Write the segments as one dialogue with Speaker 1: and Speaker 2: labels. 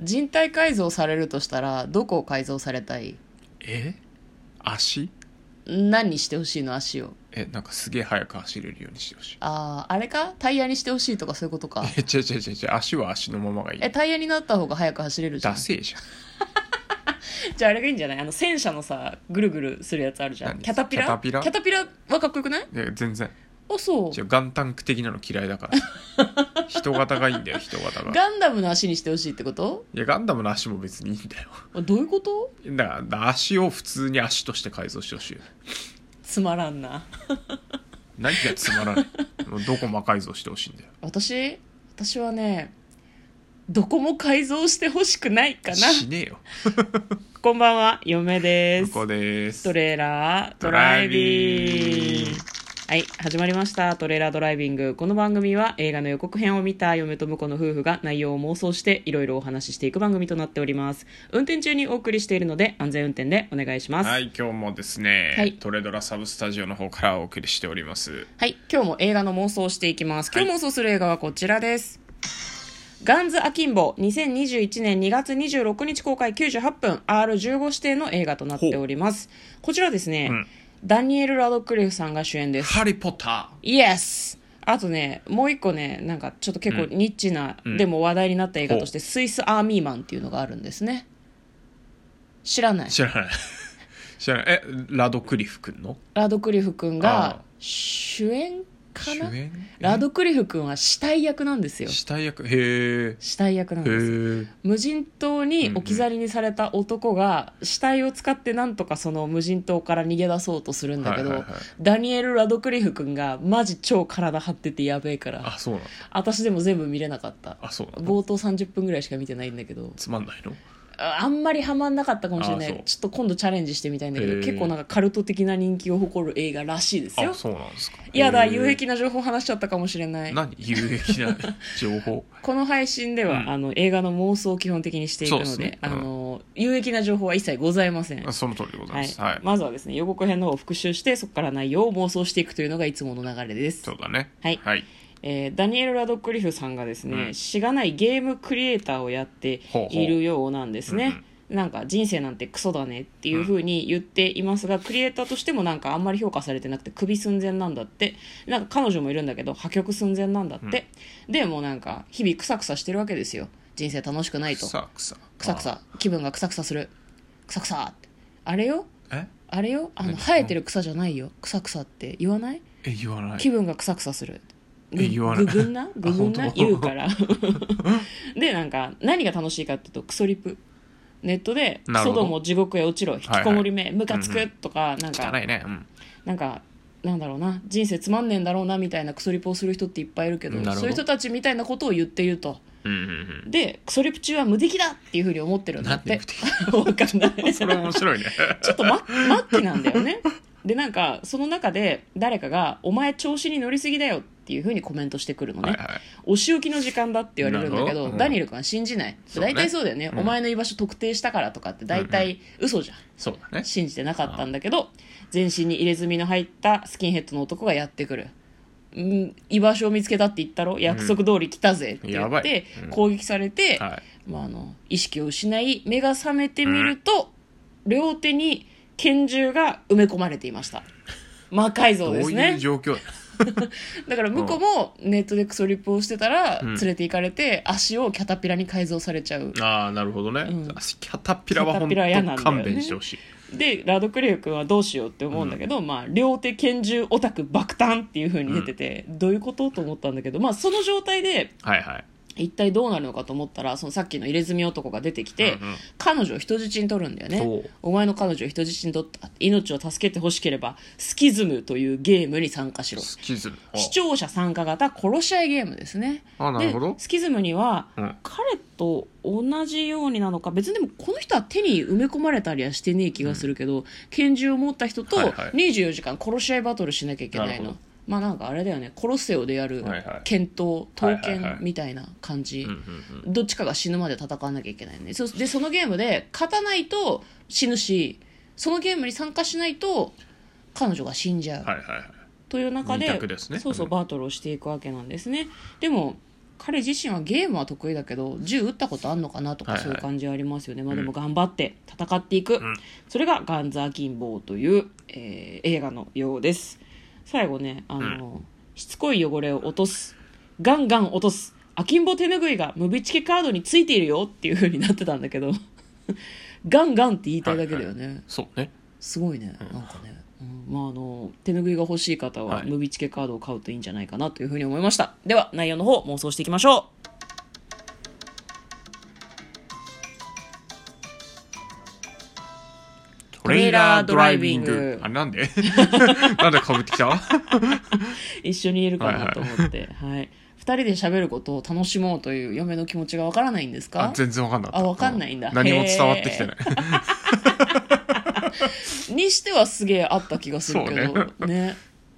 Speaker 1: 人体改造されるとしたらどこを改造されたい
Speaker 2: え足
Speaker 1: 何にしてほしいの足を
Speaker 2: えなんかすげえ速く走れるようにしてほしい
Speaker 1: あああれかタイヤにしてほしいとかそういうことか
Speaker 2: え違う違う違う違う足は足のままがいい
Speaker 1: えタイヤになった方が早く走れるじゃん
Speaker 2: ダセえじゃん
Speaker 1: じゃああれがいいんじゃないあの戦車のさぐるぐるするやつあるじゃん
Speaker 2: 何
Speaker 1: キャタピラ
Speaker 2: キャタピラ
Speaker 1: はかっこよくない
Speaker 2: いや全然
Speaker 1: あそう
Speaker 2: 違うガンタンク的なの嫌いだから 人型がいいんだよ人型が
Speaker 1: ガンダムの足にしてほしいってこと
Speaker 2: いやガンダムの足も別にいいんだよ
Speaker 1: あどういうこと
Speaker 2: だからだから足を普通に足として改造してほしいよね
Speaker 1: つまらんな
Speaker 2: 何がつま らないもうどこも改造してほしいんだよ
Speaker 1: 私私はねどこも改造してほしくないかな
Speaker 2: しねえよ
Speaker 1: こんばんは嫁で
Speaker 2: 向
Speaker 1: す
Speaker 2: こうです
Speaker 1: トレーラードライビングはい始まりましたトレーラードライビングこの番組は映画の予告編を見た嫁と婿の夫婦が内容を妄想していろいろお話ししていく番組となっております運転中にお送りしているので安全運転でお願いします
Speaker 2: は
Speaker 1: はい、
Speaker 2: い今日もですね、
Speaker 1: はい
Speaker 2: トレドラサブスタジオの方からお送りしております
Speaker 1: 今日も映画の妄想をしていきます
Speaker 2: は
Speaker 1: 今
Speaker 2: い
Speaker 1: 日妄想する映画はこちらです、ガンズ・アキンボ2021年2月26日公開98分 R15 指定の映画となっておりますこちらですね、
Speaker 2: うん
Speaker 1: ダニエル・ラドクリフさんが主演で
Speaker 2: 「
Speaker 1: す
Speaker 2: ハリー・ポッター
Speaker 1: イエスあとねもう一個ねなんかちょっと結構ニッチな、でも話題になった映画として「スイスアーミーマン」っていうのがあるんですね知らな」い
Speaker 2: 知らない 知らないえラドクリフ君の
Speaker 1: ラドクリフ君
Speaker 2: あ
Speaker 1: が
Speaker 2: あ
Speaker 1: 主演かな
Speaker 2: 主演
Speaker 1: ラドクリフ君は死体役なんですよ
Speaker 2: 死体役へえ
Speaker 1: 死体役なん
Speaker 2: へ
Speaker 1: です
Speaker 2: え
Speaker 1: 無人島に置き去りにされた男が死体を使ってなんとかその無人島から逃げ出そうとするんだけど、
Speaker 2: はいはいはい
Speaker 1: ダニエル・ラドクリフ君がマジ超体張っててやべえから
Speaker 2: あそうなんだ
Speaker 1: 私でも全部見れなかった
Speaker 2: あそうなんだ
Speaker 1: 冒頭30分ぐらいしか見てないんだけど
Speaker 2: つまんないの
Speaker 1: ああんまりハマんなかったかもしれな
Speaker 2: あそう
Speaker 1: いちょっと今度チャレンジしてみたいんだけど
Speaker 2: へえ
Speaker 1: 結構なんかカルト的な人気を誇る映画らしいですよ
Speaker 2: あそうなんですか
Speaker 1: いやだ
Speaker 2: へえ
Speaker 1: 有益な情報話しちゃったかもしれない
Speaker 2: 何有益な情報
Speaker 1: この配信では、
Speaker 2: うん
Speaker 1: あの映画の妄想を基本的にしていくので
Speaker 2: そうですねうん
Speaker 1: あの有益な情報は一切ございません
Speaker 2: あその通りでござ
Speaker 1: は
Speaker 2: いま
Speaker 1: い
Speaker 2: すはい、
Speaker 1: まずはですね予告編の方を復習してそこから内容を妄想していくというのがいつもの流れです
Speaker 2: そう、だね
Speaker 1: はい
Speaker 2: はい、
Speaker 1: えーダニエル・ラドクリフさんがですね、
Speaker 2: うん
Speaker 1: しがないゲームクリエイターをやって
Speaker 2: ほうほう
Speaker 1: いるようなんですねなんか人生なんてクソだねっていうふうに言っていますが、クリエイターとしてもなんかあんまり評価されてなくて首寸前なんだってなんか彼女もいるんだけど破局寸前なんだって、でもうなんか日々クサクサしてるわけですよ人生楽しくないとク
Speaker 2: くさくさ
Speaker 1: サクさ気分がクサクサするクサクサってあれよ
Speaker 2: え
Speaker 1: あれよあの
Speaker 2: 何
Speaker 1: 生えてる草じゃないよクサクサって言わない
Speaker 2: え言わない
Speaker 1: 気分がクサクサする
Speaker 2: え言わない
Speaker 1: ぐぐんなぐぐんな
Speaker 2: 本当
Speaker 1: 言うから でなんか何が楽しいかっていうとクソリプネットで「
Speaker 2: なる
Speaker 1: ソ
Speaker 2: ほど
Speaker 1: ドも地獄へ落ちろ引きこもりめムカつ
Speaker 2: うんう
Speaker 1: く」とかなん
Speaker 2: 汚
Speaker 1: か
Speaker 2: いねうん
Speaker 1: なんかなんだろうな人生つまんねえんだろうなみたいなクソリプをする人っていっぱいいるけど
Speaker 2: なるほど
Speaker 1: そういう人たちみたいなことを言っていると
Speaker 2: うんうん
Speaker 1: でクソリプ中は無敵だっていうふうに思ってる
Speaker 2: うんん
Speaker 1: だ
Speaker 2: なん
Speaker 1: っ
Speaker 2: で
Speaker 1: て
Speaker 2: 無敵
Speaker 1: わかんない
Speaker 2: それ面 白いね
Speaker 1: ちょっと、ま、末期なんだよね。で、なんか、その中で誰かが、お前調子に乗りすぎだよっていうふうにコメントしてくるのね。
Speaker 2: はいはい
Speaker 1: お仕置きの時間だって言われるんだけ
Speaker 2: なる
Speaker 1: ど、
Speaker 2: ほど
Speaker 1: ダニエル君は信じない。
Speaker 2: そうね
Speaker 1: 大体そうだよね、
Speaker 2: うん
Speaker 1: お前の居場所特定したからとかって大体嘘じゃん。
Speaker 2: そうだね
Speaker 1: 信じてなかったんだけど、全身に入れ墨の入ったスキンヘッドの男がやってくる。うん、居場所を見つけたって言ったろ約束通り来たぜって言
Speaker 2: やば
Speaker 1: って
Speaker 2: い、うん
Speaker 1: 攻撃されて、
Speaker 2: はい
Speaker 1: まあ、あの意識を失い目が覚めてみると、両手に拳銃が埋め込まれていました魔改造
Speaker 2: どう
Speaker 1: です
Speaker 2: い
Speaker 1: ね
Speaker 2: う状況だ
Speaker 1: だから向こうもネットでクソリップをしてたら、
Speaker 2: ん
Speaker 1: 連れて行かれて足をキャタピラに改造されちゃう
Speaker 2: ああなるほどね、
Speaker 1: うん
Speaker 2: キャタピラは本
Speaker 1: キャタピラ嫌なんだよ
Speaker 2: 当
Speaker 1: ね
Speaker 2: 勘弁してほしい、
Speaker 1: でラドクリフ君はどうしようって思うんだけど、まあ、両手拳銃オタク爆誕っていう風に出てて、どういうことと思ったんだけど、まあ、その状態で
Speaker 2: はいはい
Speaker 1: 一体どうなるのかと思ったらそのさっきの入れ墨男が出てきて、
Speaker 2: うんうん
Speaker 1: 彼女を人質に取るんだよね
Speaker 2: そう
Speaker 1: お前の彼女を人質に取った命を助けてほしければスキズムというゲームに参加しろ
Speaker 2: スキズムあ
Speaker 1: 視聴者参加型殺し合いゲームですね
Speaker 2: あなるほど
Speaker 1: でスキズムには、
Speaker 2: うん
Speaker 1: 彼と同じようになのか別にでもこの人は手に埋め込まれたりはしてねえ気がするけど、拳銃を持った人と
Speaker 2: はいはい
Speaker 1: 24時間殺し合いバトルしなきゃいけないの、
Speaker 2: なるほど
Speaker 1: まあなんかあれだよねコロッセオでやる
Speaker 2: はいはい
Speaker 1: 剣闘
Speaker 2: は
Speaker 1: 刀
Speaker 2: いはいはい
Speaker 1: 剣みたいな感じ、
Speaker 2: うんうん
Speaker 1: どっちかが死ぬまで戦わなきゃいけないねそでそのゲームで勝たないと死ぬしそのゲームに参加しないと彼女が死んじゃう、
Speaker 2: うんはいはいはい
Speaker 1: という中で
Speaker 2: 二択ですね
Speaker 1: そうそう
Speaker 2: うん
Speaker 1: バトルをしていくわけなんですね、でも彼自身はゲームは得意だけど銃撃ったことあんのかなとか
Speaker 2: はいはい
Speaker 1: そういう感じはありますよね、
Speaker 2: うん
Speaker 1: まあ、でも頑張って戦っていく、
Speaker 2: ん
Speaker 1: それが「ガンザーキンボー」という、えー映画のようです最後ねあの、しつこい汚れを落とすガンガン落とすあきんぼ手ぬぐいがムビチケカードについているよっていう風になってたんだけど ガンガンって言いたいだけだよね、
Speaker 2: そうね
Speaker 1: すごいね、
Speaker 2: うん
Speaker 1: なんかね、うんまああの手拭いが欲しい方は
Speaker 2: はい
Speaker 1: ムビチケカードを買うといいんじゃないかなというふうに思いましたでは内容の方妄想していきましょう
Speaker 2: ト
Speaker 1: レーラードライビング
Speaker 2: あれなんでなんでか ぶってきた
Speaker 1: 一緒にいるかなと思ってはい、2人で喋ることを楽しもうという嫁の気持ちがわからないんです
Speaker 2: あ
Speaker 1: か
Speaker 2: 全然わかんなかった
Speaker 1: あわかんないんだ
Speaker 2: う何も伝わってきてない
Speaker 1: にしてはすげえあった気がするけ
Speaker 2: そう
Speaker 1: どね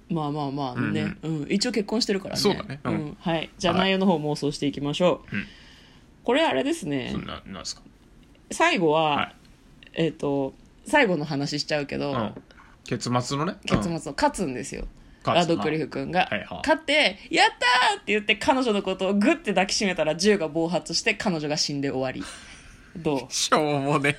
Speaker 1: まあまあまあね、うん一応結婚してるからね
Speaker 2: そうだねうん
Speaker 1: はい、じゃあ
Speaker 2: はい
Speaker 1: 内容の方妄想していきましょう、
Speaker 2: うん
Speaker 1: これあれですね
Speaker 2: そんななんですか
Speaker 1: 最後は、
Speaker 2: はい
Speaker 1: えっ、と最後の話しちゃうけど、
Speaker 2: うん結末のね
Speaker 1: 結末
Speaker 2: うん
Speaker 1: を勝つんですよ、
Speaker 2: 勝つ
Speaker 1: ラドクリフ君が、
Speaker 2: はいはい
Speaker 1: 勝って「やったー!」って言って彼女のことをグッて抱きしめたら銃が暴発して彼女が死んで終わり どう
Speaker 2: しょうもね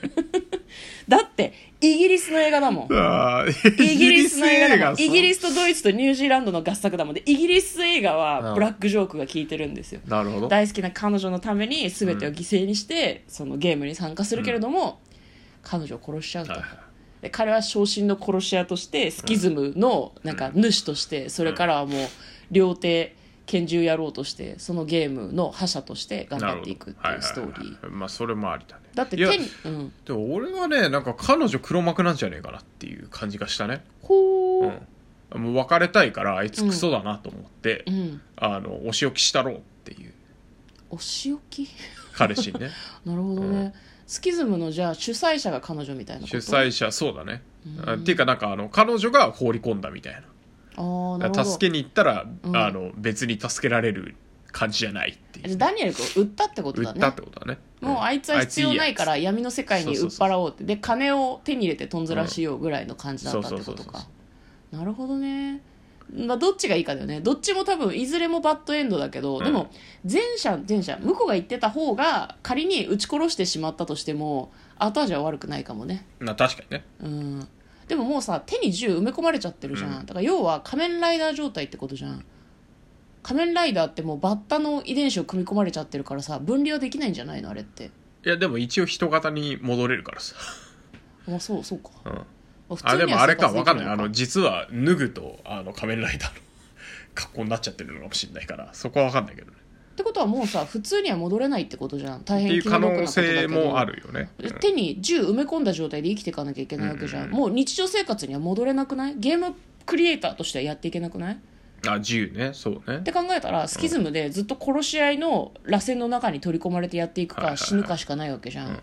Speaker 1: だってイギリスの映画だもん
Speaker 2: うわー
Speaker 1: イギリスの映画だもん
Speaker 2: そう
Speaker 1: イギリスとドイツとニュージーランドの合作だもんでイギリス映画はブラックジョークが効いてるんですよ
Speaker 2: なるほど
Speaker 1: 大好きな彼女のために全てを犠牲にして、そのゲームに参加するけれども、彼女を殺しちゃうと、
Speaker 2: はいはい
Speaker 1: で彼は昇進の殺し屋としてスキズムのなんか主として、それからはもう両手拳銃やろうとしてそのゲームの覇者として頑張っていくっていうストーリー、
Speaker 2: なるほどはいはいはいまあそれもありだね
Speaker 1: だって
Speaker 2: いや
Speaker 1: 手にうん
Speaker 2: でも俺はねなんか彼女黒幕なんじゃねえかなっていう感じがしたね
Speaker 1: ほう、
Speaker 2: うんもう別れたいからあいつクソだなと思って、
Speaker 1: うん
Speaker 2: あのお仕置きしたろうっていう
Speaker 1: お仕置き
Speaker 2: 彼氏にね
Speaker 1: なるほどね、
Speaker 2: うん
Speaker 1: スキズムのじゃあ主催者が彼女みたいなこと
Speaker 2: 主催者そうだね、
Speaker 1: うん
Speaker 2: あっていうかなんかあの彼女が放り込んだみたいな
Speaker 1: ああなるほど
Speaker 2: 助けに行ったら、
Speaker 1: うん
Speaker 2: あの別に助けられる感じじゃないってい
Speaker 1: じゃあ
Speaker 2: う
Speaker 1: ダニエル君売ったってこと
Speaker 2: 売
Speaker 1: だ
Speaker 2: った
Speaker 1: ね
Speaker 2: ってことだね
Speaker 1: もうあいつは必要ないからら闇の世界に売っ払おうってで金を手に入れてとんずらしようぐらいの感じだったって
Speaker 2: そ
Speaker 1: こ
Speaker 2: うそ
Speaker 1: と
Speaker 2: うそう
Speaker 1: か
Speaker 2: そ
Speaker 1: なるほどねまあどっちがいいかだよねどっちも多分いずれもバッドエンドだけど、
Speaker 2: うん
Speaker 1: でも前者前者向こうが言ってた方が仮に撃ち殺してしまったとしても後味は悪くないかもね
Speaker 2: な確かにね
Speaker 1: うんでももうさ手に銃埋め込まれちゃってるじゃん、
Speaker 2: うん
Speaker 1: だから要は仮面ライダー状態ってことじゃん仮面ライダーってもうバッタの遺伝子を組み込まれちゃってるからさ分離はできないんじゃないのあれって
Speaker 2: いやでも一応人型に戻れるからさ、
Speaker 1: あそうそうか
Speaker 2: うん、
Speaker 1: ま普通
Speaker 2: あで
Speaker 1: に
Speaker 2: も
Speaker 1: は
Speaker 2: あれか
Speaker 1: 生活で
Speaker 2: わ
Speaker 1: き
Speaker 2: か
Speaker 1: る
Speaker 2: んないあの実は脱ぐとあの仮面ライダーの 格好になっちゃってるのかもしれないからそこはわかんないけどね
Speaker 1: ってことはもうさ普通には戻れないってことじゃん大
Speaker 2: って
Speaker 1: 変
Speaker 2: いう
Speaker 1: 気
Speaker 2: 可
Speaker 1: の毒な
Speaker 2: 能
Speaker 1: ことだけ
Speaker 2: 性
Speaker 1: ど
Speaker 2: もあるよね、うん
Speaker 1: 手に銃埋め込んだ状態で生きていかなきゃいけないわけじゃん、
Speaker 2: うんうん
Speaker 1: もう日常生活には戻れなくないゲームクリエイターとしてはやっていけなくないっ
Speaker 2: あ自由ねそうね
Speaker 1: て考えたらスキズムでずっと殺し合いの螺旋の中に取り込まれてやっていく
Speaker 2: はいはい
Speaker 1: か
Speaker 2: はい
Speaker 1: 死ぬかしかないわけじゃん、
Speaker 2: うん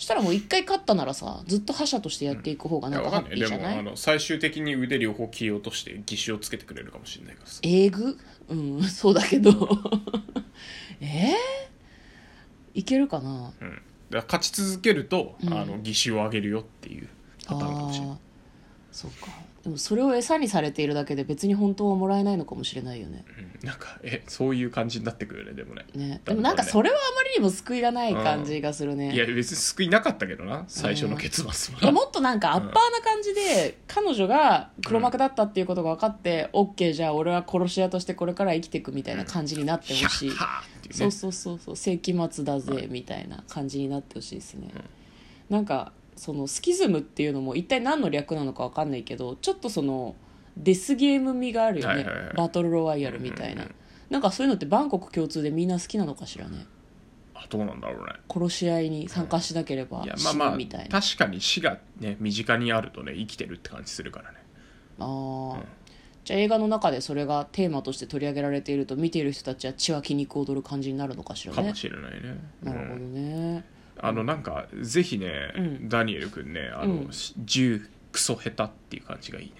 Speaker 1: そしたらもう一回勝ったならさずっと覇者としてやっていく方が
Speaker 2: い
Speaker 1: な
Speaker 2: や
Speaker 1: んか
Speaker 2: わ
Speaker 1: ハ
Speaker 2: かん
Speaker 1: ッ
Speaker 2: ない
Speaker 1: ピー
Speaker 2: で
Speaker 1: じゃない
Speaker 2: もあの最終的に腕両方切り落として義手をつけてくれるかもしれないからさ
Speaker 1: 英語うん そうだけどえー、いけるかな
Speaker 2: うん、だから勝ち続けると、
Speaker 1: うん
Speaker 2: あの義手をあげるよっていうパターンかもしれない
Speaker 1: あーそうかでもそれを餌にされているだけで別に本当はもらえないのかもしれないよね
Speaker 2: うんなんかえそういう感じになってくるよねでもね
Speaker 1: ねでもなんかそれはあまりにも救いがない感じがする
Speaker 2: い
Speaker 1: ね
Speaker 2: や、別に救いなかったけどな最初の結末
Speaker 1: いや
Speaker 2: は、
Speaker 1: もっとなんかアッパーな感じで、彼女が黒幕だったっていうことが分かって、オッケーじゃあ俺は殺し屋としてこれから生きていくみたいな感じになって
Speaker 2: ヒャ
Speaker 1: ほ
Speaker 2: ッ
Speaker 1: しい、
Speaker 2: ハーっていうね
Speaker 1: そうそうそうそう世紀末だぜみたいな感じになってほしいですね、なんかそのスキズムっていうのも一体何の略なのかわかんないけどちょっとそのデスゲーム味があるよね、
Speaker 2: はいはいはい
Speaker 1: バトルロワイヤルみたいな、
Speaker 2: うんうんうん
Speaker 1: なんかそういうのってバンコク共通でみんな好きなのかしらね
Speaker 2: あどうなんだろうね
Speaker 1: 殺し合いに参加しなければ
Speaker 2: いやまあ
Speaker 1: 死
Speaker 2: ま
Speaker 1: ぬ
Speaker 2: あ
Speaker 1: みたいな、
Speaker 2: 確かに死がね身近にあるとね生きてるって感じするからね
Speaker 1: あー
Speaker 2: うん
Speaker 1: じゃあ映画の中でそれがテーマとして取り上げられていると見ている人たちは血は気肉踊る感じになるのかしら
Speaker 2: か
Speaker 1: ね
Speaker 2: もしれないね
Speaker 1: なるほど
Speaker 2: うん
Speaker 1: ね、
Speaker 2: あのなんかぜひね、
Speaker 1: うん
Speaker 2: ダニエル君ねあの、
Speaker 1: うん
Speaker 2: 銃クソ下手っていう感じがいいね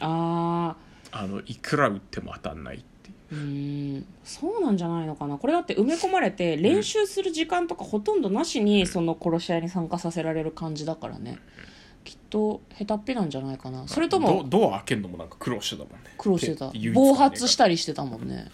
Speaker 1: ああ
Speaker 2: あのいくら撃っても当たんないっていう
Speaker 1: うーんそうなんじゃないのかなこれだって埋め込まれて練習する時間とかほとんどなしにその殺し合いに参加させられる感じだからねきっと下手っぴなんじゃないかなそれと
Speaker 2: ド
Speaker 1: も
Speaker 2: ドア開けるのもなんか苦労してたもんね
Speaker 1: 苦労してた
Speaker 2: 手唯一
Speaker 1: 暴発したりしてたもんね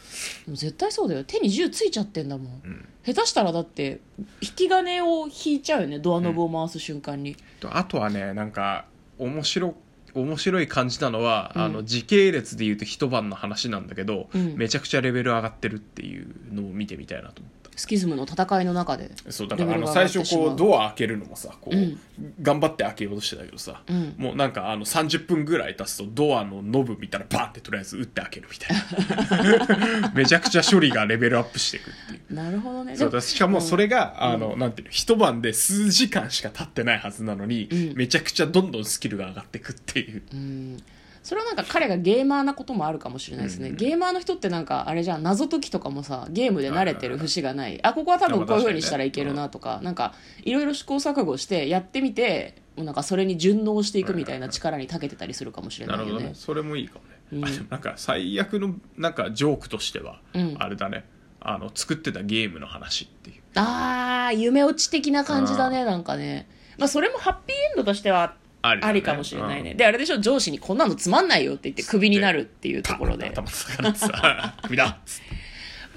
Speaker 1: でも絶対そうだよ手に銃ついちゃってんだもん
Speaker 2: うん
Speaker 1: 下手したらだって引き金を引いちゃうよねドアノブを回す瞬間に、
Speaker 2: とあとはねなんか面白面白い感じなのは、
Speaker 1: うん
Speaker 2: あの時系列でいうと一晩の話なんだけど、
Speaker 1: うん
Speaker 2: めちゃくちゃレベル上がってるっていうのを見てみたいなと思っ
Speaker 1: スキズムの戦いの中で
Speaker 2: たそうだから
Speaker 1: レ
Speaker 2: あ
Speaker 1: ベル
Speaker 2: の
Speaker 1: が上が
Speaker 2: 最
Speaker 1: って
Speaker 2: 初
Speaker 1: しまう
Speaker 2: こうドア開けるのもさこう、
Speaker 1: うん
Speaker 2: 頑張って開けようとしてたけどさ、
Speaker 1: うん
Speaker 2: もうなんかあの30分ぐらい経つとドアのノブ見たらバンってとりあえず打って開けるみたいな めちゃくちゃ処理がレベルアップしていくっていう
Speaker 1: なるほどね
Speaker 2: そう
Speaker 1: でも
Speaker 2: だしかもそれが、あのなんていうの一晩で数時間しか経ってないはずなのに、
Speaker 1: うん
Speaker 2: めちゃくちゃどんどんスキルが上がっていくっていう
Speaker 1: うんそれはなんか彼がゲーマーなこともあるかもしれないですね、
Speaker 2: うん
Speaker 1: ゲーマーの人ってなんかあれじゃん謎解きとかもさゲームで慣れてる節がないあここは多分こういうふうにしたらいけるなとか、なんかいろいろ試行錯誤してやってみてもうなんかそれに順応していくみたいな力に長けてたりするかもしれないよね
Speaker 2: それもいいかも
Speaker 1: うん
Speaker 2: ね、あでも なんか最悪のなんかジョークとしては、
Speaker 1: うん
Speaker 2: あれだねあの作ってたゲームの話っていう
Speaker 1: あー夢落ち的な感じだねなんかねまあそれもハッピーエンドとしては
Speaker 2: ありだね
Speaker 1: ありかもしれないねであれでしょ上司にこんなのつまんないよって言ってクビになるっていうところで
Speaker 2: 頭叩かれてさ 「首だ!」っつって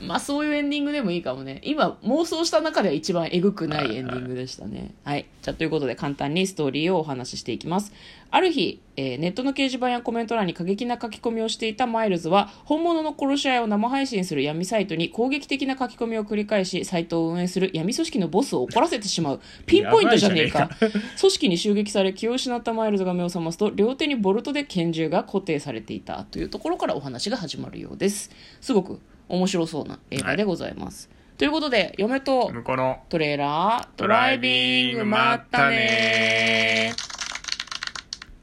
Speaker 1: まあそういうエンディングでもいいかもね今妄想した中では一番えぐくないエンディングでしたねはいじゃあということで簡単にストーリーをお話ししていきますある日、えーネットの掲示板やコメント欄に過激な書き込みをしていたマイルズは本物の殺し合いを生配信する闇サイトに攻撃的な書き込みを繰り返しサイトを運営する闇組織のボスを怒らせてしまうピンポイントじゃねえ
Speaker 2: や
Speaker 1: か
Speaker 2: ば
Speaker 1: 組織に襲撃され気を失ったマイルズが目を覚ますと両手にボルトで拳銃が固定されていたというところからお話が始まるようですすごく面白そうな映画でございます、ということで嫁と
Speaker 2: 向こうの
Speaker 1: トレーラード
Speaker 2: ド
Speaker 1: ラ
Speaker 2: ラ
Speaker 1: イ
Speaker 2: イ
Speaker 1: ビン
Speaker 2: ビン
Speaker 1: グ
Speaker 2: グ
Speaker 1: ま
Speaker 2: ま
Speaker 1: っ
Speaker 2: ったた
Speaker 1: ね
Speaker 2: ね
Speaker 1: ー